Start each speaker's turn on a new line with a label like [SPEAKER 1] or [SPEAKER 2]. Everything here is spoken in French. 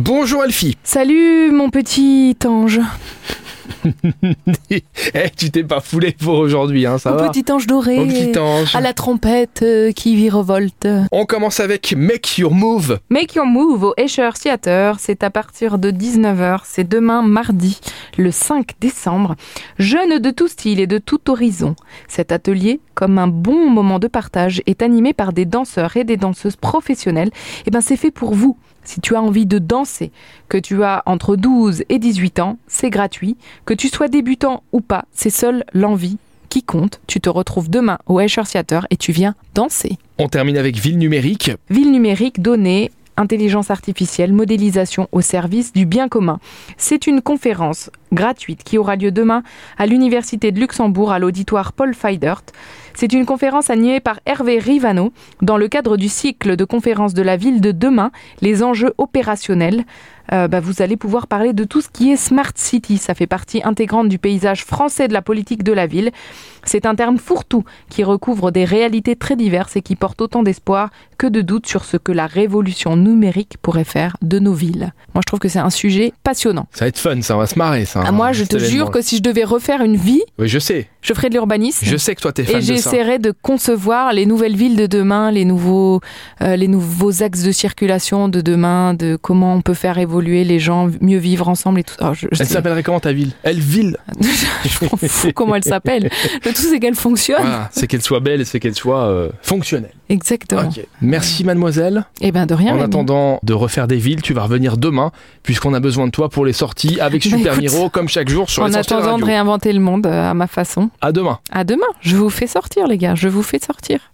[SPEAKER 1] Bonjour Alfie.
[SPEAKER 2] Salut mon petit ange,
[SPEAKER 1] Eh, tu t'es pas foulé pour aujourd'hui, hein, ça
[SPEAKER 2] mon
[SPEAKER 1] va
[SPEAKER 2] petit ange doré,
[SPEAKER 1] Mon petit ange.
[SPEAKER 2] à la trompette euh, qui virevolte.
[SPEAKER 1] On commence avec Make Your Move.
[SPEAKER 2] Make Your Move au Escher Theater, c'est à partir de 19h, c'est demain mardi, le 5 décembre. Jeunes de tout style et de tout horizon, cet atelier, comme un bon moment de partage, est animé par des danseurs et des danseuses professionnelles. Et ben c'est fait pour vous. Si tu as envie de danser, que tu as entre 12 et 18 ans, c'est gratuit. Que tu sois débutant ou pas, c'est seule l'envie qui compte. Tu te retrouves demain au Escher Theater et tu viens danser.
[SPEAKER 1] On termine avec Ville Numérique.
[SPEAKER 2] Ville numérique, données, intelligence artificielle, modélisation au service du bien commun. C'est une conférence gratuite qui aura lieu demain à l'Université de Luxembourg à l'auditoire Paul Feidert. C'est une conférence animée par Hervé Rivano dans le cadre du cycle de conférences de la ville de demain, les enjeux opérationnels. Euh, bah, vous allez pouvoir parler de tout ce qui est Smart City. Ça fait partie intégrante du paysage français de la politique de la ville. C'est un terme fourre-tout qui recouvre des réalités très diverses et qui porte autant d'espoir que de doutes sur ce que la révolution numérique pourrait faire de nos villes. Moi, je trouve que c'est un sujet passionnant.
[SPEAKER 1] Ça va être fun, ça, on va se marrer, ça.
[SPEAKER 2] Ah,
[SPEAKER 1] hein,
[SPEAKER 2] moi, je
[SPEAKER 1] cet
[SPEAKER 2] te jure
[SPEAKER 1] événement-là.
[SPEAKER 2] que si je devais refaire une vie,
[SPEAKER 1] Oui, je sais,
[SPEAKER 2] je ferais de l'urbanisme.
[SPEAKER 1] je sais que toi t'es fan
[SPEAKER 2] Et
[SPEAKER 1] de ça.
[SPEAKER 2] j'essaierai de concevoir les nouvelles villes de demain, les nouveaux, euh, les nouveaux axes de circulation de demain, de comment on peut faire évoluer les gens, mieux vivre ensemble et tout. Oh, je, je
[SPEAKER 1] Elle
[SPEAKER 2] sais.
[SPEAKER 1] s'appellerait comment ta ville Elle ville
[SPEAKER 2] Je m'en fous comment elle s'appelle. Le tout, c'est qu'elle fonctionne.
[SPEAKER 1] Voilà, c'est qu'elle soit belle et c'est qu'elle soit euh, fonctionnelle.
[SPEAKER 2] Exactement.
[SPEAKER 1] Ok. Merci mademoiselle.
[SPEAKER 2] Et ben de rien.
[SPEAKER 1] En
[SPEAKER 2] Rémi.
[SPEAKER 1] attendant de refaire des villes, tu vas revenir demain puisqu'on a besoin de toi pour les sorties avec
[SPEAKER 2] Bah,
[SPEAKER 1] Super
[SPEAKER 2] écoute,
[SPEAKER 1] Miro comme chaque jour sur
[SPEAKER 2] En
[SPEAKER 1] Essentiel
[SPEAKER 2] attendant de
[SPEAKER 1] Radio.
[SPEAKER 2] réinventer le monde euh, à ma façon.
[SPEAKER 1] À demain.
[SPEAKER 2] À demain. Je vous fais sortir, les gars. Je vous fais sortir.